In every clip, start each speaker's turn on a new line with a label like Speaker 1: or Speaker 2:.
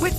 Speaker 1: With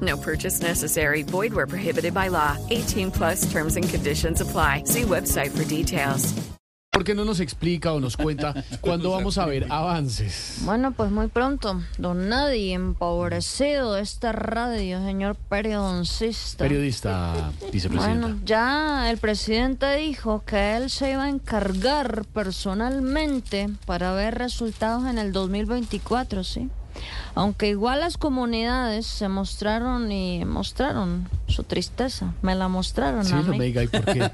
Speaker 1: No purchase necessary. Void where prohibited by law. 18 plus terms and conditions apply. See website for details.
Speaker 2: ¿Por qué no nos explica o nos cuenta cuándo vamos a ver avances?
Speaker 3: Bueno, pues muy pronto, don Nadie, empobrecido de esta radio, señor periodoncista.
Speaker 2: Periodista, vicepresidenta.
Speaker 3: Bueno, ya el presidente dijo que él se iba a encargar personalmente para ver resultados en el 2024, ¿sí? Aunque igual las comunidades se mostraron y mostraron su tristeza, me la mostraron
Speaker 2: Sí,
Speaker 3: a
Speaker 2: no
Speaker 3: mí,
Speaker 2: me diga, ¿y por qué?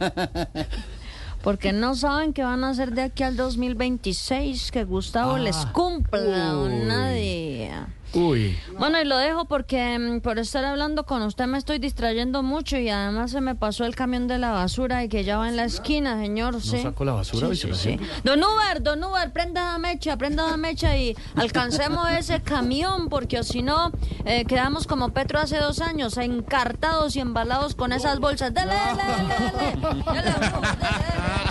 Speaker 3: porque no saben qué van a hacer de aquí al 2026, que Gustavo
Speaker 2: Ah,
Speaker 3: les cumpla,
Speaker 2: uy.
Speaker 3: don nadie.
Speaker 2: Uy,
Speaker 3: Bueno, y lo dejo porque mm, por estar hablando con usted me estoy distrayendo mucho y además se me pasó el camión de la basura y que ya va en la esquina, señor. sí.
Speaker 2: sacó la basura,
Speaker 3: Sí, sí,
Speaker 2: vicepresidente?
Speaker 3: sí. Don Uber, don Uber, prenda la mecha, prenda la mecha y alcancemos ese camión porque si no eh, quedamos como Petro hace dos años, encartados y embalados con esas bolsas. Dale, dale, dale, dale. Dale, Uber, dale, dale.